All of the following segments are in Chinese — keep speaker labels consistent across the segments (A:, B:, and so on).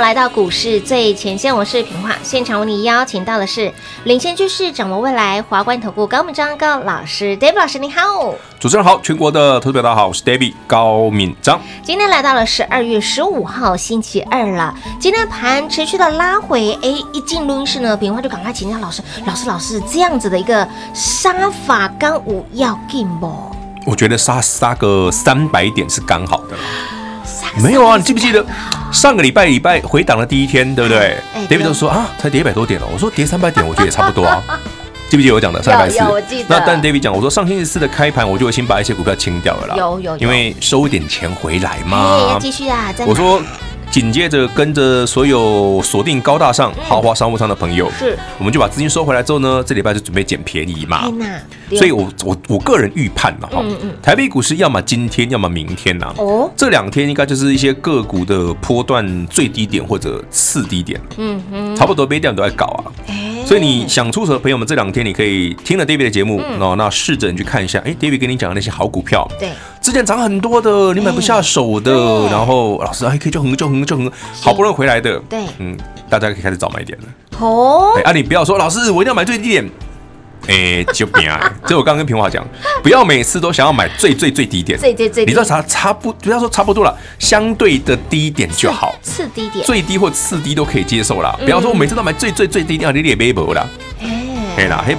A: 来到股市最前线，我是平化。现场为你邀请到的是领先趋势、掌握未来华冠投顾高敏章高老师，David 老师，你好。
B: 主持人好，全国的投资者大家好，我是 David 高敏章。
A: 今天来到了十二月十五号星期二了，今天盘持续的拉回，哎，一进录音室呢，平花就赶快请教老师，老师，老师这样子的一个杀法刚五要进不？
B: 我觉得杀杀个三百点是刚好的。没有啊，你记不记得上个礼拜礼拜回档的第一天，对不对？David
A: 哎
B: 都说啊，才跌一百多点了。我说跌三百点，我觉得也差 不多啊。记不记得我讲的上礼拜四？
A: 我记得。
B: 那但 David 讲，我说上星期四的开盘，我就已经把一些股票清掉了啦。
A: 有有。
B: 因为收一点钱回来嘛。
A: 哎，要继续啊！
B: 我说紧接着跟着所有锁定高大
A: 嗯
B: 上、豪华商务舱的朋友，
C: 是
B: 我们就把资金收回来之后呢，这礼拜就准备捡便宜嘛。
C: 天
A: 啊
C: 哪！
B: 所以
A: 哦
B: 我我我个人预判了哈
C: 嗯嗯，
B: 台北股市要么今天，要么明天呐、
C: 哦，
B: 这两天应该就是一些个股的波段最低点或者次低点，
C: 嗯哼，
B: 差不多每点都在搞啊。
C: 哎
B: 所以你想出手的朋友们，这两天你可以听了 David 的节目，
C: 嗯
B: 哦，那试着你去看一下，哎，David 跟你讲的那些好股票，
C: 对
B: 之前涨很多的，你买不下手的，
C: 对
B: 然后老师哎可以就横就横就横，好不容易回来的，
C: 对
B: 嗯，大家可以开始早买点了。
C: 哦
B: 哎，，啊，你不要说老师我一定要买最低点，哎，就别 啊，这我刚刚跟平华讲，不要每次都想要买最最最低点，
C: 最最最低
B: 你知道差差不不要说差不多了，相对的低点就好。
C: 次低点，
B: 最低或次低都可以接受啦，
C: 嗯
B: 不要说我每次都买最最最低，啊，你也没博啦，
C: 哎，
B: 嘿啦，嘿，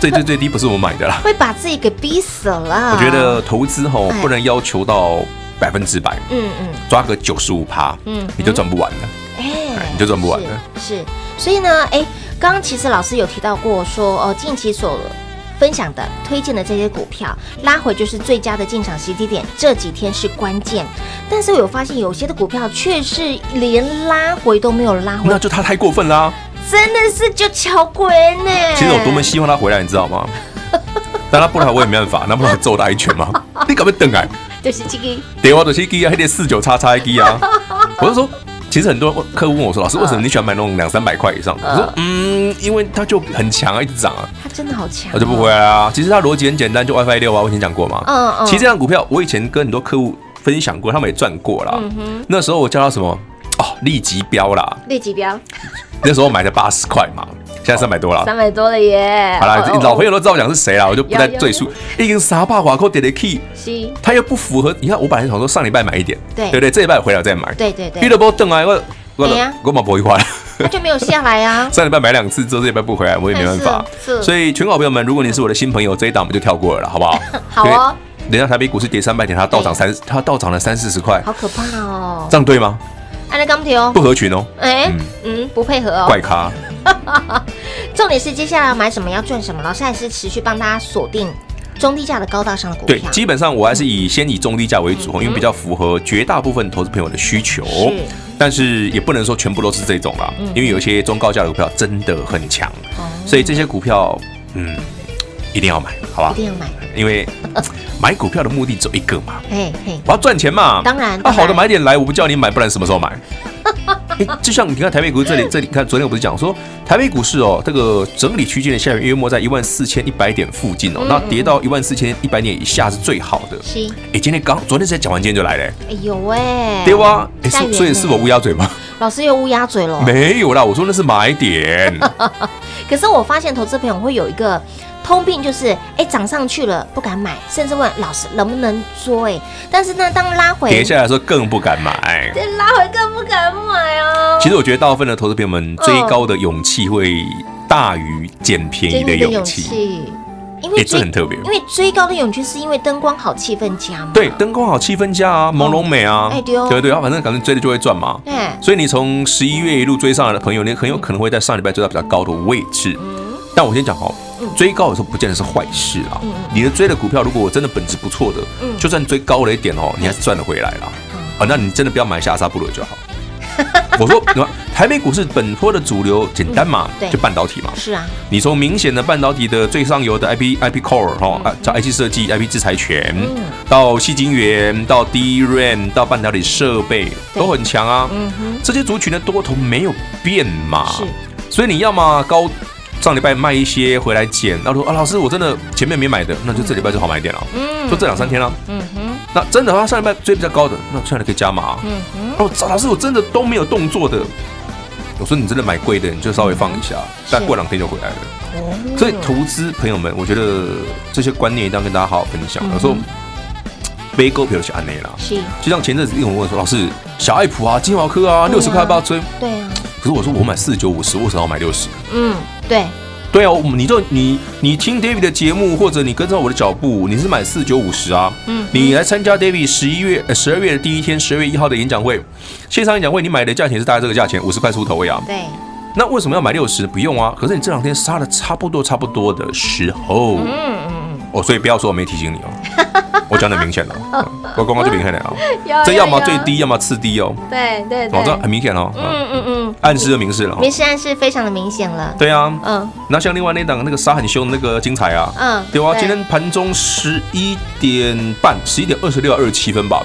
B: 最最最低不是我买 的啦。
C: 会把自己给逼死了。
B: 我觉得，投资吼
C: 哎
B: 不能要求到百分之百，
C: 嗯嗯，
B: 抓个九十五趴，
C: 嗯
B: 你就赚不完了。
C: 哎
B: 哎，你就赚不完了
C: 是。是，所以呢，哎，刚刚其实老师有提到过说，哦，近期所分享的、推荐的这些股票，拉回就是最佳的进场时机点，这几天是关键。但是我有发现，有些的股票却是连拉回都没有拉回
B: 那，就他太过分啦！
C: 真的是就巧鬼呢。
B: 其实我多么希望他回来，你知 道吗？但他不来我也没办法，那不然我揍他一 拳吗？你搞不等哎，
C: 就是这个，
B: 电话都是机啊，还得四九叉叉 机啊！我就说，其实很多客户问我说，老师为
C: 啊
B: 什么你喜欢买那种两三百块以上的？我说，嗯，因为它就很强啊，一直涨啊，
C: 它真的好强、
B: 它就不回。来啊。其实它逻辑很简单，就 WiFi 六啊，我以前讲过嘛。
C: 嗯嗯，
B: 其实这张股票，我以前跟很多客户分享过，他们也赚过
C: 嗯
B: 啦。那时候我叫他什么？哦，立即标啦。
C: 立即标
B: 那时候买的八十块嘛，现在三百多啦。
C: 三百多了耶。
B: 好啦，
C: 哦
B: 老朋友都知道我讲是谁啦，我就不再
C: 有有
B: 赘述。一根沙帕瓦扣点的 key，
C: 是，
B: 它又不符合。你看，我本来想说上礼拜买一点，
C: 对
B: 对不对？这礼拜回来再买。
C: 对对
B: 遇
C: 对，
B: 到波动啊，我我
C: 哎呀
B: 我马不会花了。 。
C: 它就没有下来啊
B: 上礼拜买两次之后，这礼拜不回来，我也没办法。
C: 是是？
B: 所以，全港朋友们，如果你是我的新朋友，这一档我们就跳过了啦，好不好
C: 好哦
B: 因为。人家台北股市跌三百点，它倒涨三，它倒涨了三四十块，
C: 好可怕哦！
B: 这样对吗？
C: 安利钢铁哦
B: 不，合群哦，
C: 哎、
B: 嗯
C: 嗯，不配合哦
B: 怪。咖。
C: 重点是接下来要买什么，要赚什么，老师还是持续帮大家锁定中低价的高大上的股
B: 对，
C: 票。
B: 基本上我还是以先以中低价为主，因为比较符合绝大部分投资朋友的需求
C: 嗯是。嗯
B: 但是也不能说全部都是这种啦，因为有一些中高价的股票真的很强，
C: 哦
B: 所以这些股票，嗯，一定要买，好吧
C: 一？定要买，
B: 因为买股票的目的只有一个嘛，
C: 嘿嘿，
B: 我要赚钱嘛。
C: 当然
B: 啊，
C: 当然
B: 好的买点来，我不叫你买，不然什么时候买？哎就像你看台北股市这里，这里你看昨天我不是讲说台北股市哦，这个整理区间的下缘约莫在一万四千一百点附近哦，那跌到一万四千一百点以下是最好的。
C: 是，
B: 哎，今天刚昨天才讲完，今天就来了，
C: 哎呦喂，
B: 对哇？哎，
C: 下雨
B: 是
C: 了哦
B: 所以是我乌鸦嘴吗？
C: 老师又乌鸦嘴了。
B: 没有啦，我说那是买点，
C: 可是我发现投资朋友会有一个通病，就是哎涨上去了不敢买，甚至问老师能不能做哎，但是呢，当拉回
B: 跌下来的时候更不敢买。
C: 对拉回更不敢买哦。
B: 其实我觉得大部分的投资朋友们追高的勇气会大于捡便宜的勇气。，
C: 因
B: 哎
C: 为
B: 这
C: 追
B: 很特别
C: 因为追高的勇气是因为灯光好，气氛佳嘛。
B: 对，灯光好，气氛佳啊，朦胧美啊，
C: 哎对哦
B: 对对，啊反正反正追的就会赚嘛。
C: 哎，
B: 所以你从十一月一路追上来的朋友，你很有可能会在上礼拜追到比较高的位置。
C: 嗯
B: 但我先讲哦，追高有时候不见得是坏事啊。你的追的股票，如果我真的本质不错的，
C: 嗯
B: 就算追高了一点哦，你还是赚得回来啦。啊，那你真的不要买下沙布鲁就好。我说， 你看台北股市本波的主流简单嘛
C: 嗯对，
B: 就半导体嘛。
C: 是啊，
B: 你从明显的半导体的最上游的 IP IP
C: 嗯
B: Core 哈、啊，叫 IC 设计、IP 制裁权，到细晶圆、到 DRAM、到半导体设备
C: 对
B: 都很强啊。
C: 嗯哼，
B: 这些族群的多头没有变嘛，
C: 是
B: 所以你要么高上礼拜卖一些回来减，那说啊老师我真的前面没买的，那就这礼拜就好买一点了，
C: 嗯
B: 就这两三天了。
C: 嗯哼，
B: 那真的啊，上礼拜追比较高的，那下来可以加码、啊。
C: 嗯哼，
B: 哦，老师我真的都没有动作的。我说你真的买贵的，你就稍微放一下，但过两天就回来了。
C: 哦
B: 所以投资朋友们，我觉得这些观念一定要跟大家好好分享。
C: 嗯
B: 有时候背股票是安内啦，
C: 是，
B: 就像前阵子有人问我说，老师小爱普啊、金豪科啊，
C: 对啊
B: 六十块要不要追？
C: 对啊，
B: 可是我说我买四九五十，为什么要买六十？
C: 嗯，对，
B: 对啊，我们你就你你听 David 的节目，或者你跟上我的脚步，你是买四九五十啊。
C: 嗯
B: 你来参加 David 十一月呃十二月的第一天，十二月一号的演讲会，线上演讲会，你买的价钱是大概这个价钱，五十块出头位啊。
C: 对，
B: 那为什么要买六十？不用啊。可是你这两天杀的差不多差不多的时候，
C: 嗯嗯
B: 哦，所以不要说我没提醒你哦。我讲的明显了， 嗯我刚刚就明显了啊，这要么最，低，要么次低哦，
C: 对对对
B: 哦，，这很明显哦，嗯
C: 嗯嗯嗯，
B: 暗示就明示了哦，
C: 明示暗示非常的明显了，
B: 对啊，
C: 嗯
B: 那像另外那档那个杀很凶的那个精彩啊，
C: 嗯，
B: 对啊，今天盘中十一点半，十一点二十六、啊二十七分吧，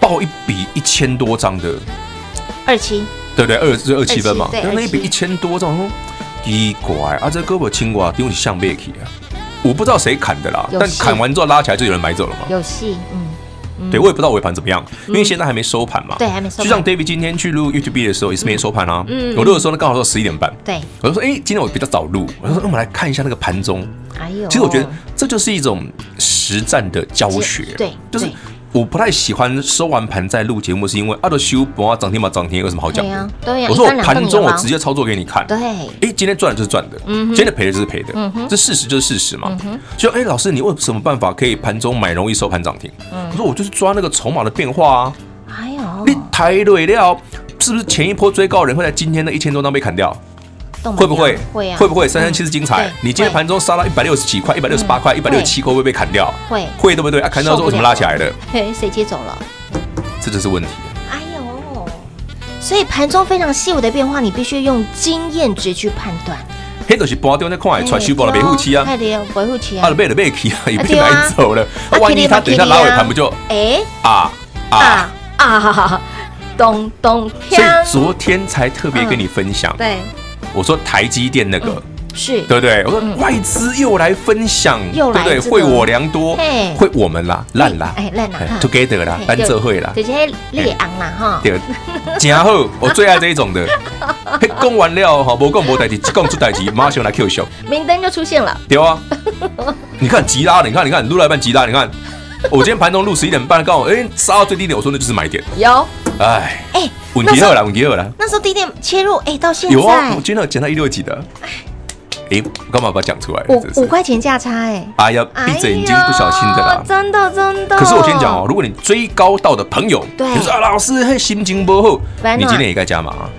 B: 爆一笔一千多张的，
C: 二期，
B: 对不对？二是二七分嘛，
C: 对
B: 然后那一笔
C: 27
B: 一千多张，我说奇怪啊，这胳膊青瓜丢你像背去啊！我不知道谁砍的啦，
C: 有
B: 但
C: 戏
B: 砍完之后拉起来就有人买走了嘛。
C: 有戏，嗯，嗯
B: 对，我也不知道尾盘怎么样，因为现在还没收盘嘛。
C: 对，还没收盘，
B: 就像 David 今天去录 YouTube 的时候也是没收盘啊。
C: 嗯嗯
B: 我录的时候呢，刚好是十一点半，
C: 对，
B: 我就说，哎，今天我比较早录，我就说，那我们来看一下那个盘中。
C: 哎呦，
B: 其实我觉得这就是一种实战的教学，
C: 对
B: 就是
C: 对
B: 我不太喜欢收完盘再录节目，是因为啊，都修不啊，涨停嘛涨停，有什么好讲
C: 对
B: 的
C: 呀？，对呀，
B: 我说我
C: 一翻两瞪
B: 盘
C: 眼
B: 中我
C: 了
B: 直接操作给你看，
C: 对，
B: 哎，今天赚的就是赚的，
C: 嗯哼
B: 今天赔的就是赔的
C: 嗯哼，
B: 这事实就是事实嘛。就哎，老师，你为什么办法可以盘中买容易收盘涨停？
C: 嗯
B: 我说我就是抓那个筹码的变化啊，
C: 哎呦，
B: 你抬累料。是不是前一波追高的人会在今天那一千多张被砍掉？
C: 动不
B: 会不
C: 掉
B: 会？
C: 会啊，
B: 会不会？三三七是精彩
C: 对。
B: 你今天
C: 会
B: 盘中杀到一百六十几块、一百六十八块、一
C: 嗯
B: 百六十七块，会不会被砍掉？
C: 会？
B: 会对不对？啊，砍到之后为什么拉起来的？
C: 嘿，谁接走了？
B: 这就是问题。
C: 哎呦，所以盘中非常细微的变化，你必须用经验值去判断。
B: 黑都是波掉那块，哎传虚波了维护期啊，
C: 太连维护期
B: 啊
C: 啊，
B: 被了被起啊，也
C: 啊
B: 被
C: 对啊
B: 买走了。那
C: 啊
B: 万
C: 去
B: 一
C: 年
B: 他
C: 嘛
B: 等一下
C: 去
B: 拉
C: 年
B: 尾
C: 啊
B: 盘，不就
C: 哎
B: 啊啊？
C: 啊啊，咚咚
B: 所以
C: 锵，
B: 昨天才特别跟你分享，
C: 嗯对，
B: 我说台积电那个
C: 嗯。是，
B: 对不对？我说
C: 嗯
B: 外资又来分享，对
C: 又来
B: 不对？
C: 这个
B: 会我良多
C: 嘿，
B: 会我们啦，烂啦，
C: 哎烂啦
B: 哎
C: 哈
B: ，together 啦，
C: 嘿
B: 单社会啦，哎
C: 直接列昂啦哈，
B: 对，真好，我最爱这一 种的。嘿讲完了哈，无讲无代志，一讲出代志，马上来 Q 秀，
C: 明灯就出现了，
B: 对啊。你看吉拉，你看，你看，录了一半吉拉，你看，我今天盘中录十一点半，刚好哎杀到最低点，我说那就是买点，
C: 有，
B: 哎，
C: 哎，
B: 稳
C: 那
B: 吉
C: 时
B: 二
C: 候
B: 啦，稳吉二啦，
C: 那时候低点切入，哎，到现
B: 有啊，我
C: 在
B: 今天有捡到一六几的，哎，我干嘛把它讲出来？真
C: 五五
B: 是，
C: 块钱价差，哎，
B: 哎呀，
C: 哎
B: 闭
C: 呦
B: 着眼睛不小心的啦。
C: 真的哎真的。
B: 可是我先讲哦，，如果你追高到的朋友，
C: 对
B: 你说啊老师嘿心情不好
C: 不然，呢
B: 你今天也该加码啊，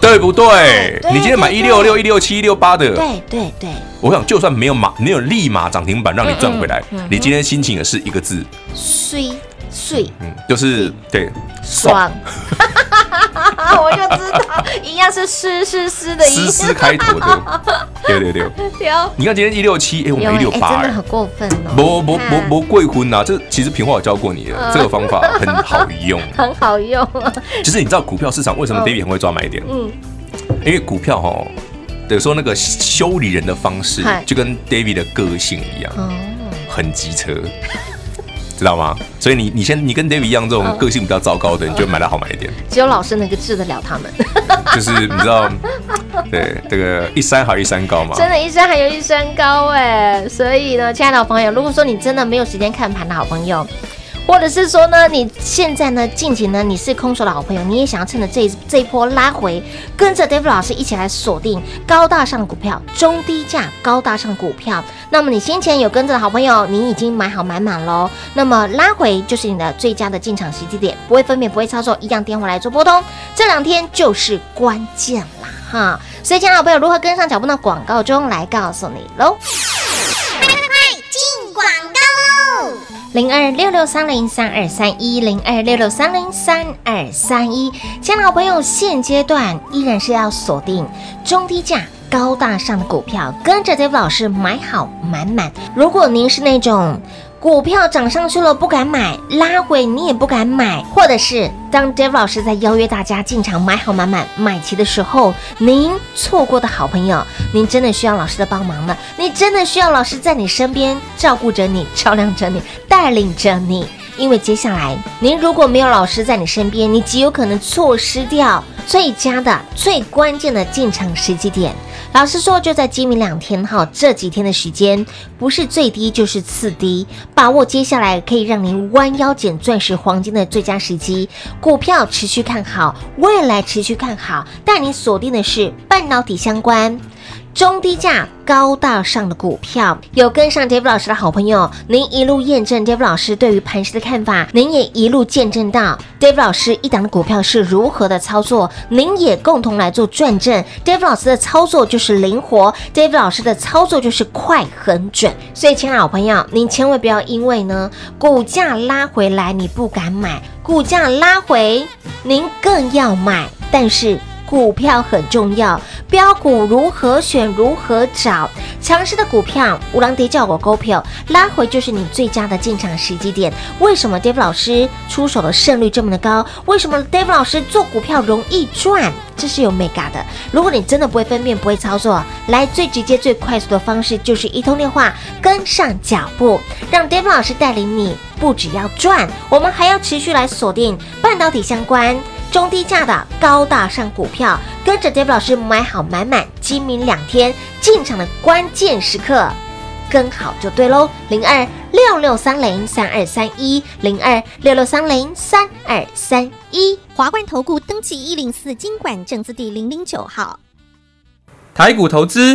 B: 对不对
C: 对？对
B: 你今天买
C: 对
B: 一
C: 对
B: 六六、一六七、一六八的，
C: 对对对，
B: 我想就算没有码，没有立马涨停板让你赚回来
C: 嗯嗯嗯，
B: 你今天心情也是一个字，
C: 碎碎
B: 嗯，就是对
C: 爽，啊， 我就知道，一样是湿湿湿的
B: 思
C: 意思
B: 思。开头的，对对对。
C: 条。
B: 你看今天一六七，哎，我
C: 有
B: 们
C: 哎
B: 一六八，
C: 真的
B: 哎
C: 很。过分哦！
B: 不不
C: 你
B: 不
C: 看
B: 不，贵婚呐，这其实平话我教过你
C: 嗯
B: 了，这个方法很好 用。
C: 很好用。
B: 其实你知道股票市场为什么
C: 嗯
B: David 很会抓买点？
C: 嗯，
B: 因为股票哈，有时候那个修理人的方式
C: 嗨，
B: 就跟 David 的个性一样，
C: 哦，
B: 很机车，知道吗？所以你你先你跟 David 一样，这种
C: 嗯
B: 个性比较糟糕的，你就买的好买一点，
C: 只有老师能够治得了他们。
B: 就是你 知道，对这个一山好一山高嘛。
C: 真的，一山还有一山高哎。所以呢，亲爱的好朋友，如果说你真的没有时间看盘的好朋友。或者是说呢，你现在呢，近期呢，你是空手的好朋友，你也想要趁着这一这一波拉回，跟着 David 老师一起来锁定高大上的股票、中低价高大上股票。那么你先前有跟着的好朋友，你已经买好买满喽。那么拉回就是你的最佳的进场时机点，不会分辨，不会操作，一样电话来做波动。这两天就是关键啦哈。所以，亲爱的朋友，如何跟上脚步呢？广告中来告诉你喽。零二六六三零三二三一零二六六三零三二三一，亲爱的好朋友，现阶段依然是要锁定中低价。高大上的股票，跟着 Dave 老师买好买满。如果您是那种股票涨上去了不敢买，拉回你也不敢买，或者是当 Dave 老师在邀约大家进场买好买满买齐的时候，您错过的好朋友，您真的需要老师的帮忙了，你真的需要老师在你身边照顾着你、照亮着你、带领着你。因为接下来，您如果没有老师在你身边，你极有可能错失掉最佳的、最关键的进场时机点。老实说，就在今明两天哈，这几天的时间，不是最低就是次低，把握接下来可以让您弯腰捡钻石、黄金的最佳时机。股票持续看好，未来持续看好，但你锁定的是半导体相关。中低价高大上的股票。有跟上 Dave 老师的好朋友，您一路验证 Dave 老师对于盘势的看法，您也一路见证到 Dave 老师一档的股票是如何的操作，您也共同来做转正。Dave 老师的操作就是灵活，Dave 老师的操作就是快很准。所以，亲爱的好朋友，您千万不要因为呢股价拉回来你不敢买，股价拉回您更要买，但是。股票很重要，标股如何选，如何找，强势的股票，五郎跌叫我勾票，拉回就是你最佳的进场时机点。为什么 Dave 老师出手的胜率这么的高？为什么 Dave 老师做股票容易赚？这是有美嘎的。如果你真的不会分辨，不会操作，来最直接、最快速的方式就是一通电话，跟上脚步，让 Dave 老师带领你，不只要赚，我们还要持续来锁定半导体相关。中低价的高大上股票，跟着 Dave 老师买好买满，今明两天进场的关键时刻，跟好就对喽。零二六六三零三二三一，零二六六三零三二三一。
D: 华冠投顾登记一零四经管证字第零零九号。
E: 台股投资，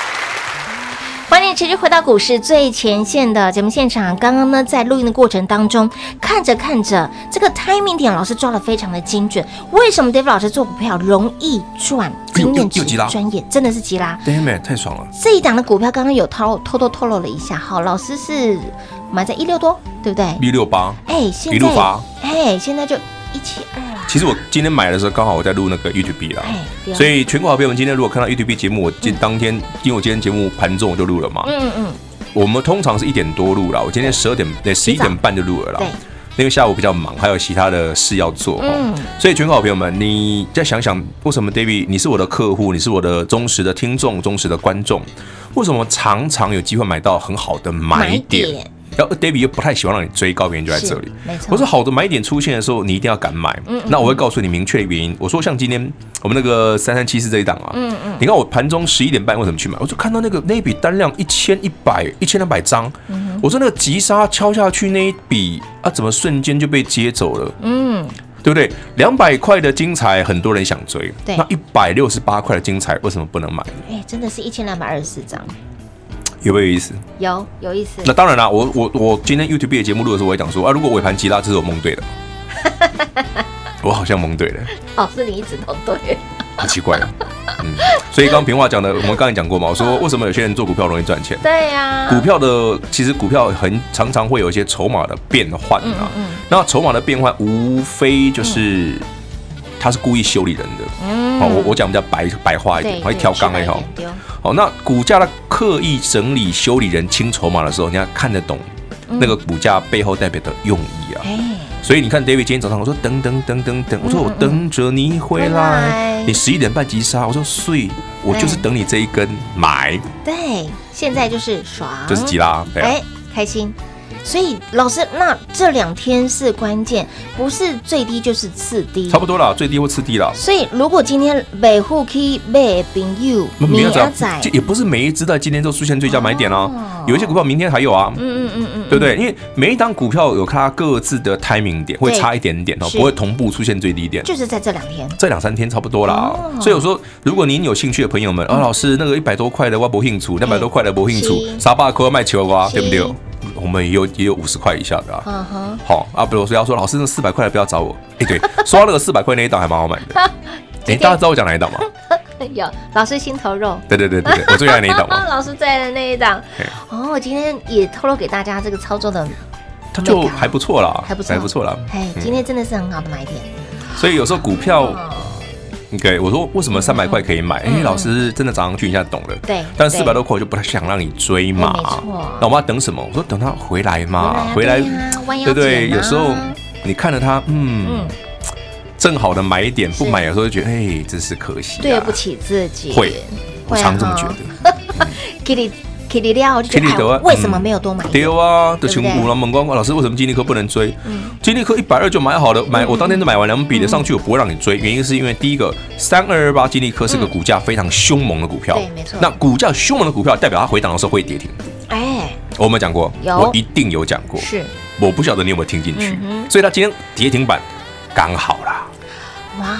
C: 欢迎持续回到股市最前线的节目现场。刚刚呢，在录音的过程当中，看着看着，这个 timing 点老师抓的非常的精准。为什么 Dave 老师做股票容易赚？
B: 呦
C: 经验
B: 又
C: 值
B: 又急啦、
C: 专业，真的是急啦！
B: ，damn it，太爽了！
C: 这一档的股票刚刚有透偷偷透露了一下，好，老师是买在一六多，对不对？
B: 一六八，
C: 哎，现
B: 一
C: 在
B: 路发
C: 哎，现在就一七二啊啦。
B: 其实我今天买的时候，刚好我在录那个 YouTube 啦，
C: 哎，对啊
B: 所以全国好朋友们今天如果看到 YouTube 节目，我今当天因为我今天节目盘中我就录了嘛，
C: 嗯嗯，
B: 我们通常是一点多录啦，我今天十二点对十一点半就录了啦
C: 对，
B: 因为下午比较忙，还有其他的事要做哦。
C: 嗯
B: 所以全国好朋友们，你再想想，为什么 David 你是我的客户，你是我的忠实的听众、忠实的观众，为什么常常有机会买到很好的
C: 买
B: 买点？
C: 点
B: 然后 David 又不太喜欢让你追高，原因就在
C: 是
B: 这里。
C: 没错。
B: 我说好的买点出现的时候，你一定要敢买。那我会告诉你明确的原因。我说像今天我们那个三三七四这一档啊，你看我盘中十一点半为什么去买？我就看到那个那一笔单量一千一百一千两百张，我说那个急杀敲下去那一笔啊，怎么瞬间就被接走了？
C: 嗯，
B: 对不对？两百块的精彩，很多人想追。
C: 对
B: 那一百六十八块的精彩为什么不能买？
C: 哎，真的是一千两百二十四张，
B: 有没有意思？
C: 有有意思。
B: 那当然啦，我我我今天 YouTube 的节目录的时候，我也讲说啊，如果尾盘急拉，这是我蒙对的。我好像蒙对了，
C: 老师哦你一直都对，
B: 好奇 怪哦。嗯，所以刚刚平话讲的，我们刚才讲过嘛，我说为什么有些人做股票容易赚钱？
C: 对呀
B: 股票的其实股票很常常会有一些筹码的变换啊，那筹码的变换无非就是他是故意修理人的。
C: 嗯
B: 好，我我讲比较白白话一点，我会挑杠哎哈。好，那股价的刻意整理、修理人、清筹码的时候，你要看得懂那个股价背后代表的用意啊。
C: 哎
B: 所以你看，David 今天早上我说等等等等等，我
C: 嗯
B: 说我等着你回
C: 回
B: 来
C: 来，
B: 你十一点半急杀，我说睡，我就是等你这一根买，
C: 对，现在就是爽，
B: 就是急拉，对啊
C: 哎，开心。所以老师，那这两天是关键，不是最低就是次低，
B: 差不多了，最低或次低了。
C: 所以如果今天北户 K 被朋友，
B: 没有这样
C: 仔，
B: 就也不是每一只在今天都出现最佳买点
C: 哦
B: 啊，有一些股票明天还有啊，
C: 嗯嗯嗯嗯，
B: 对不对？因为每一档股票有它各自的 timing 点，会
C: 对
B: 差一点点哦，
C: 是
B: 不会同步出现最低点。
C: 就是在这两天，
B: 这两三天差不多啦，
C: 哦
B: 所以我说，如果您有兴趣的朋友
C: 嗯
B: 们，啊，老师那个一百多块的我不兴趣，两百多块的不兴趣，
C: 是
B: 沙巴扣卖球瓜，
C: 是
B: 对不对？我们也有也有五十块以下的啊。
C: 嗯哼，
B: 好啊，比如说要说老师那四百块的不要找我，哎，对，说到那个四百块那一档还蛮好买 的，哎，大家知道我讲哪一档吗？
C: 有老师心头肉。
B: 对对 对对对，我最爱哪一档吗？
C: 老师在的那一档
B: 嘿，
C: 哦，今天也透露给大家这个操作的，
B: 它就还不错啦，
C: 还不错
B: 还不错啦。
C: 哎，今天真的是很好的买点，
B: 所以有时候股票。
C: 哦
B: 对，我说为什么三百块可以买？哎、
C: 嗯
B: 老师真的涨上去一下懂了。
C: 对
B: 但四百
C: 对
B: 多块我就不太想让你追嘛。
C: 对没错
B: 那我们要等什么？我说等他回来嘛，
C: 回
B: 回
C: 来
B: 来，
C: 对啊弯腰
B: 对不对？
C: 捡啊
B: 有时候你看着他，嗯
C: 嗯，，
B: 正好的买点，不
C: 是
B: 买有时候就觉得哎，真是可惜、啊。
C: 对不，起自己，
B: 会，我常这么
C: 哈
B: 觉得。
C: Kitty Kitty 料就觉得
B: Kitty 料
C: 哎
B: 啊
C: 为什么没有多买一点？
B: 对啊，就请
C: 对不
B: 五
C: 对嗯
B: 郎猛光光老师，为什么金立科不能追？金立科一百二就买好了，买我当天就买完两笔的上去，我不会让你追。
C: 嗯
B: 原因是因为第一个三二二八金立科是个股价非常凶猛的股票，
C: 对没错
B: 那股价凶猛的股票代表它回档的时候会跌停，
C: 哎，
B: 我有没有讲过？
C: 有
B: 我一定有讲过。
C: 是
B: 我不晓得你有没有听进去
C: 嗯，哼
B: 所以它今天跌停板刚好啦。
C: 哇哦，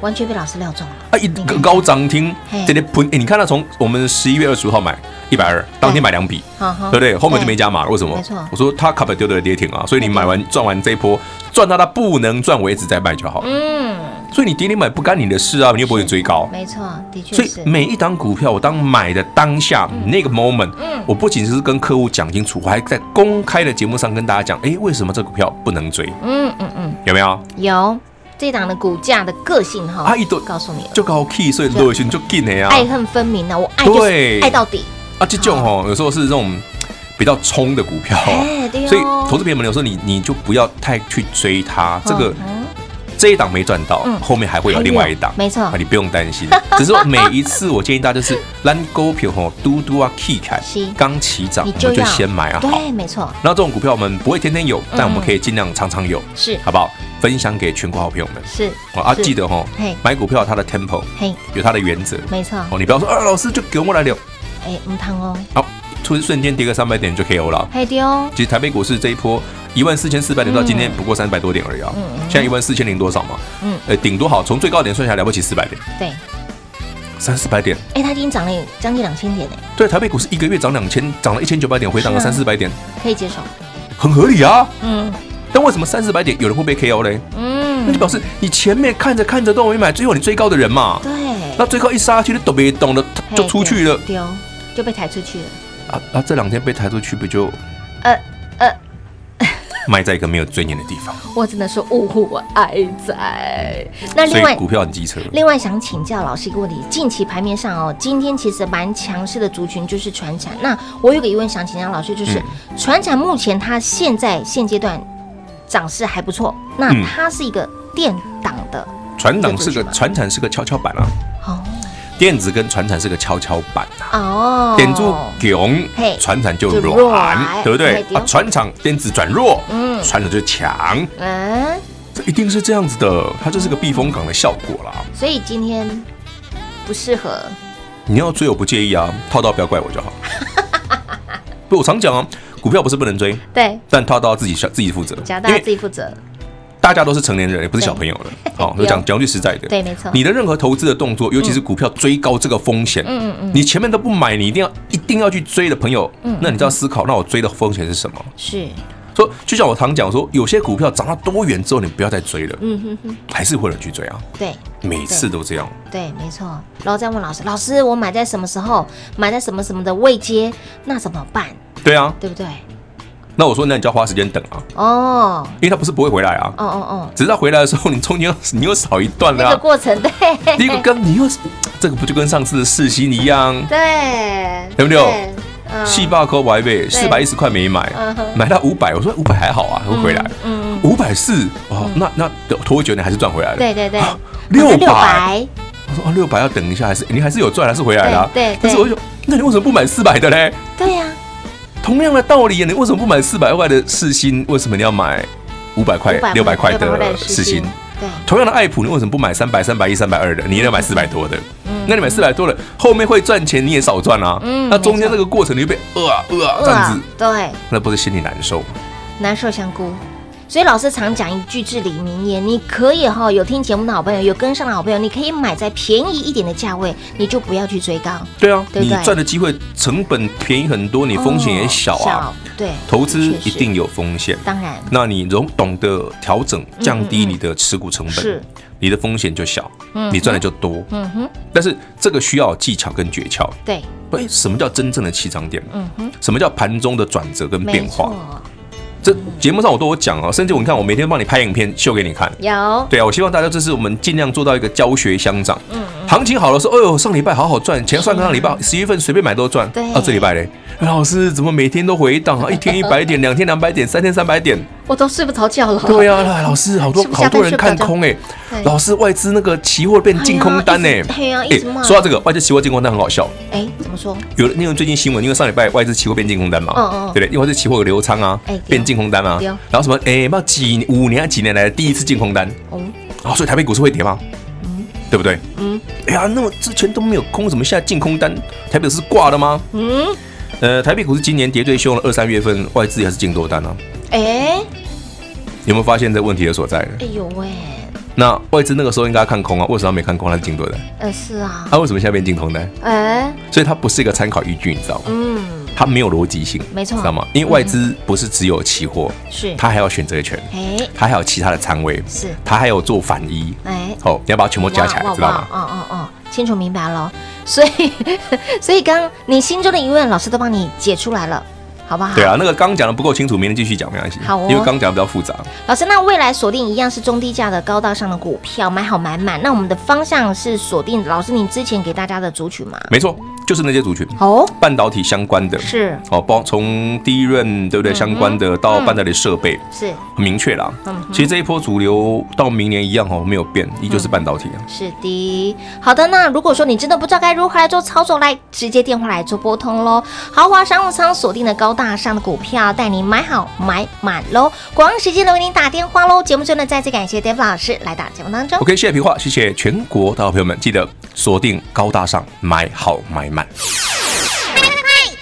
C: 完全被老师料中了，
B: 啊，一个高涨停
C: 嗯嘿，
B: 这些喷，哎你看它从我们十一月二十五号买一百二，当天买两笔，
C: 嗯哈哈
B: 对不对？后面就没加码了，为什么？
C: 没错
B: 我说他卡本丢的跌停啊，所以你买完赚完这一波，赚到它不能赚为止再卖就好了。
C: 嗯，
B: 所以你跌停买不干你的事啊，你又不会追高。
C: 没错，的确
B: 所以嗯
C: 是，
B: 每一档股票，我当买的当下那个 moment，
C: 嗯
B: 我不仅是跟客户讲清楚，我还在公开的节目上跟大家讲，哎，为什么这股票不能追？
C: 嗯嗯嗯，
B: 有没有？
C: 有这档的股价的个性哈，
B: 啊一朵
C: 告诉你了，
B: 就高 key，所以落群就进了呀。
C: 爱恨分明啊呢，我爱就是
B: 对
C: 爱到底，
B: 啊，这种哦，有时候是这种比较冲的股票
C: 哎对哦，
B: 所以投资朋友们有时候你你就不要太去追它，这个
C: 嗯
B: 这一档没赚到
C: 嗯，哎
B: 后面还会有另外一档
C: 还有，没错
B: 啊你不用担心。 只是说每一次我建议大家就是蓝股票吼，嘟嘟啊 K 开
C: 是，
B: 刚起涨
C: 你
B: 我
C: 就
B: 们
C: 要
B: 就先买啊好。
C: 对，没错，
B: 那这种股票我们不会天天有，
C: 嗯
B: 但我们可以尽量常常有，
C: 是
B: 好不好？分享给全国好朋友们。
C: 是
B: 哦啊，
C: 是
B: 记得哦
C: 嘿，
B: 买股票它的 tempo
C: 嘿，
B: 有它的原则
C: 没错，
B: 哦，你不要说啊，老师就给我来了，
C: 哎，唔汤哦，
B: 好，突瞬间跌个三百点就 KO 了。
C: 嘿哦丢，
B: 其实台北股市这一波一万四千四百点到今天不过三百多点而已啊，现在一万四千零多少嘛，
C: 嗯
B: 嗯，呃，顶多好，从最高点算下来了不起四百点，
C: 对，
B: 三四百点，
C: 哎，它已经涨了将近两千点呢，
B: 对，台北股市一个月涨两千，涨了一千九百点，回档了
C: 是啊
B: 三四百点，
C: 可以接受，
B: 很合理啊。
C: 嗯
B: 但为什么三四百点有人会被 KO 嘞？那
C: 嗯
B: 就，表示你前面看着看着都没买，最后你追高的人嘛，
C: 对，
B: 那最高一杀下去，你懂没懂的
C: 嗯嘿
B: 就出去了
C: 丢，丢就被抬出去了，
B: 啊啊！这两天被抬出去不就
C: 呃呃，
B: 卖在一个没有尊严的地方？
C: 我只能说误会我爱在，那
B: 所
C: 另
B: 以
C: 外
B: 股票很机车。
C: 另外想请教老师一个问题，近期盘面上哦，今天其实蛮强势的族群就是船产。那我有个疑问想请教老师，就是、
B: 嗯
C: 船产目前它现在现阶段涨势还不错，那
B: 嗯
C: 它是一个电档的，
B: 船长是
C: 这个族
B: 个
C: 群吗
B: 船产是个跷跷板啊，
C: 哦
B: 电子跟船产是个跷跷板啊。
C: 哦，
B: 点住强
C: 嘿，
B: 船产就
C: 就
B: 软
C: 软，
B: 对不对
C: 嘿？对
B: 啊，船厂电子转弱，
C: 嗯
B: 船厂就强，
C: 嗯，
B: 这一定是这样子的，它就是个避风港的效果啦。
C: 所以今天不适合，
B: 你要追我不介意啊，套到不要怪我 就好。不，我常讲啊，股票不是不能追，
C: 对，
B: 但套到自己自己负责，
C: 只要大
B: 因
C: 家
B: 为
C: 自己负责，
B: 大家都是成年人，也不是小朋友了。好，
C: 不
B: 就
C: 要
B: 讲讲句实在的，
C: 对，没错，
B: 你的任何投资的动作，尤其是股票追高这个风险，
C: 嗯嗯嗯嗯
B: 你前面都不买，你一定要一定要去追的朋友，那你就要思考，那我追的风险是什么？
C: 是，
B: 说，就像我常讲说，有些股票涨到多远之后，你不要再追了，
C: 嗯哼哼，
B: 还是会有人去追啊，
C: 对。
B: 每次都这样。
C: 对，没错。然后再问老师，老师，我买在什么时候？买在什么什么的位阶，那怎么办？
B: 对啊，
C: 对不对？
B: 那我说，那你就要花时间等啊，
C: 哦，
B: 因为它不是不会回来啊
C: 哦，哦哦，
B: 只是它回来的时候，你中间你又少一段
C: 那
B: 了
C: 个
B: 啊。
C: 过程，对
B: 第一个 跟你又，这个不就跟上次的世新一样？
C: 对，
B: 有没有
C: 对？嗯
B: 细霸扣白呗，四百一十块没买
C: 嗯哼，
B: 买到五百，我说五百还好啊，会回来。
C: 嗯，
B: 五百四哦，那那拖久你还是赚回来了。啊
C: 对对对，
B: 六
C: 六
B: 百，
C: 百，
B: 我说啊，六百要等一下，还是你还是有赚，还是回来了、啊。
C: 对对对
B: 但是我就，那你为什么不买四百的嘞？
C: 对啊呀，
B: 同样的道理，你为什么不买四百块的世新？为什么你要买五百块、六百块的世新？
C: 对，
B: 同样的爱普，你为什么不买三百、三百一、三百二的？你也要买四百多的。那你买四百多的，后面会赚钱，你也少赚啊。
C: 嗯
B: 那中间这个过程你就被呃啊呃啊这样子，
C: 对，
B: 那不是心里难受吗？
C: 难受香菇。所以老师常讲一句至理名言，你可以哈、有听节目的好朋友，有跟上的好朋友，你可以买在便宜一点的价位，你就不要去追高，
B: 对啊，
C: 对不
B: 你
C: 对
B: 赚的机会成本便宜很多，你风险也小
C: 哦，
B: 啊。
C: 对，
B: 投资
C: 确实
B: 一定有风险，
C: 当然
B: 那你懂懂得调整，降低你的持股成本，
C: 嗯是
B: 你的风险就小，
C: 嗯
B: 你赚的就多。
C: 嗯哼，
B: 但是这个需要有技巧跟诀窍。
C: 对，
B: 哎，什么叫真正的起涨点？
C: 嗯哼，
B: 什么叫盘中的转折跟变
C: 没
B: 化？
C: 错，
B: 这节目上我都有讲啊，甚至我你看，我每天帮你拍影片秀给你看。
C: 有
B: 对啊，我希望大家这次我们尽量做到一个教学相长。
C: 嗯
B: 行情好的时候，哎呦，上礼拜好好赚，前上个上礼拜十一份随便买都赚。
C: 啊对
B: 啊，这礼拜嘞，哎老师怎么每天都 回档啊？一天一百点，两天两百点，三天三百点。
C: 我都睡不着觉了。
B: 对啊，哎老师好多
C: 吃不下
B: 好多
C: 饭睡
B: 人
C: 不
B: 看
C: 着
B: 空哎
C: 对，
B: 老师外资那个期货变净空单呢
C: 哎呀一直。哎呀一直骂
B: 说到这个外资期货净空单很好笑，
C: 哎，怎么说？
B: 有的因为最近新闻，因为上礼拜外资期货变净空单嘛，
C: 嗯嗯
B: 对不对？因为外资期货有流仓啊
C: 哎对，
B: 变净空单啊
C: 对，
B: 然后什么哎，那几五年还几年来的第一次净空单，
C: 哦，
B: 啊，所以台北股市会跌吗？对不对？
C: 嗯
B: 嗯，哎呀，那么之前都没有空，怎么现在净空单？台北是挂了吗？
C: 嗯，
B: 呃，台北股市今年跌最凶了，二三月份外资也是净多单啊，
C: 哎，
B: 有没有发现这问题的所在呢？
C: 哎呦喂，
B: 那外资那个时候应该看空啊，为什么没看空？它是净多单，
C: 呃，是啊，
B: 它为什么现在变净空单？
C: 哎，
B: 所以它不是一个参考依据，你知道吗？
C: 嗯，
B: 它没有逻辑性，
C: 没错嗯
B: 知道吗？因为外资不是只有期货，
C: 是，
B: 它还有选择权，
C: 哎，
B: 它还有其他的仓位，
C: 是，
B: 它还有做反一，
C: 哎，
B: 哦，你要把它全部加起
C: 哇
B: 来，
C: 哇
B: 知道
C: 哇
B: 吗？
C: 哦哦哦，清楚明白了。 所以，所以刚刚你心中的疑问，老师都帮你解出来了，好不好？
B: 对啊，那个刚讲的不够清楚，明天继续讲没关系。
C: 好哦
B: 因为刚讲得比较复杂。
C: 老师，那未来锁定一样是中低价的高大上的股票，买好买满。那我们的方向是锁定老师你之前给大家的族群嘛？
B: 没错，就是那些族群，
C: 哦，
B: 半导体相关的，
C: 是嗯
B: 哦，包从第一任对不对相关的到半导体设备，
C: 是
B: 很明确啦
C: 嗯哼。嗯
B: 其实这一波主流到明年一样哦，没有变，依旧是半导体啊。
C: 是的。好的，那如果说你真的不知道该如何来做操作，来直接电话来做拨通喽。豪华商务舱锁定的高大上的股票，带你买好买满喽。广告时间呢，为您打电话喽。节目最后呢，再次感谢 Dave 老师来到节目当中。
B: OK，谢谢皮话，谢谢全国大朋友们，记得锁定高大上，买好买满。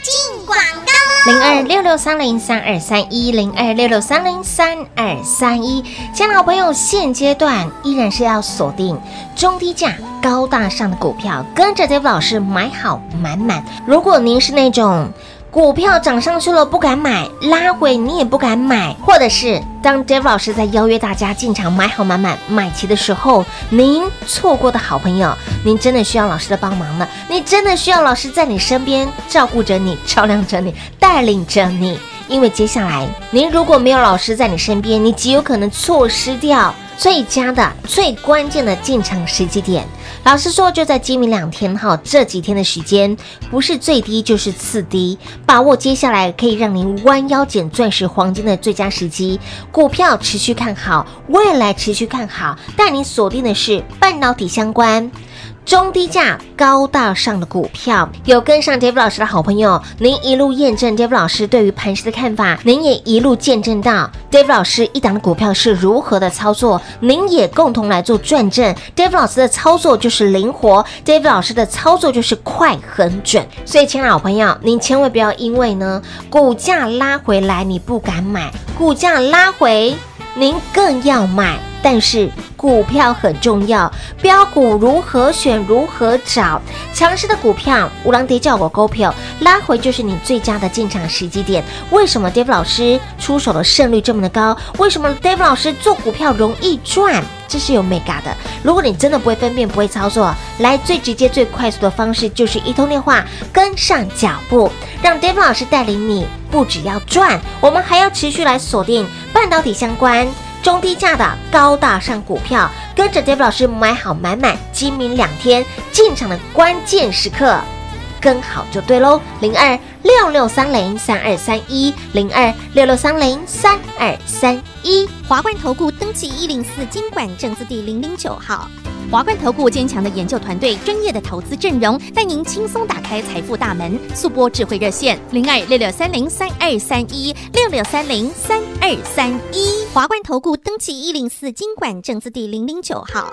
F: 进广告。
C: 零二六六三零三二三一零二六六三零三二三一，亲爱的好朋友，现阶段依然是要锁定中低价、高大上的股票，跟着 Dave 老师买好买满。如果您是那种股票涨上去了不敢买，拉回你也不敢买，或者是当 Dave 老师在邀约大家进场买好满满买齐的时候，您错过的好朋友，您真的需要老师的帮忙了，你真的需要老师在你身边照顾着你、照亮着你、带领着你，因为接下来您如果没有老师在你身边，你极有可能错失掉。最佳的、最关键的进场时机点，老实说，就在今明两天哈，这几天的时间，不是最低就是次低，把握接下来可以让您弯腰捡钻石、黄金的最佳时机。股票持续看好，未来持续看好，但你锁定的是半导体相关。中低价高大上的股票，有跟上 Dave 老师的好朋友，您一路验证 Dave 老师对于盘势的看法，您也一路见证到 Dave 老师一档的股票是如何的操作，您也共同来做转正。Dave 老师的操作就是灵活，Dave 老师的操作就是快很准。所以，亲爱的好朋友，您千万不要因为呢股价拉回来你不敢买，股价拉回您更要买。但是股票很重要，标股如何选、如何找，强势的股票，五郎跌叫我勾票，拉回就是你最佳的进场时机点。为什么 Dave 老师出手的胜率这么的高？为什么 Dave 老师做股票容易赚？这是有 mega 的。如果你真的不会分辨、不会操作，来最直接、最快速的方式就是一通电话，跟上脚步，让 Dave 老师带领你，不只要赚，我们还要持续来锁定半导体相关。中低价的高大上股票，跟着 Dave 老师买好买满，今明两天进场的关键时刻，跟好就对喽。零二六六三零三二三一，零二六六三零三二三一。
D: 华冠投顾登记一零四经管证字第零零九号。华冠投顾坚强的研究团队，专业的投资阵容，带您轻松打开财富大门。速播智慧热线零二六六三零三二三一六六三零三二三一。华冠投顾登记一零四经管证字第零零九号。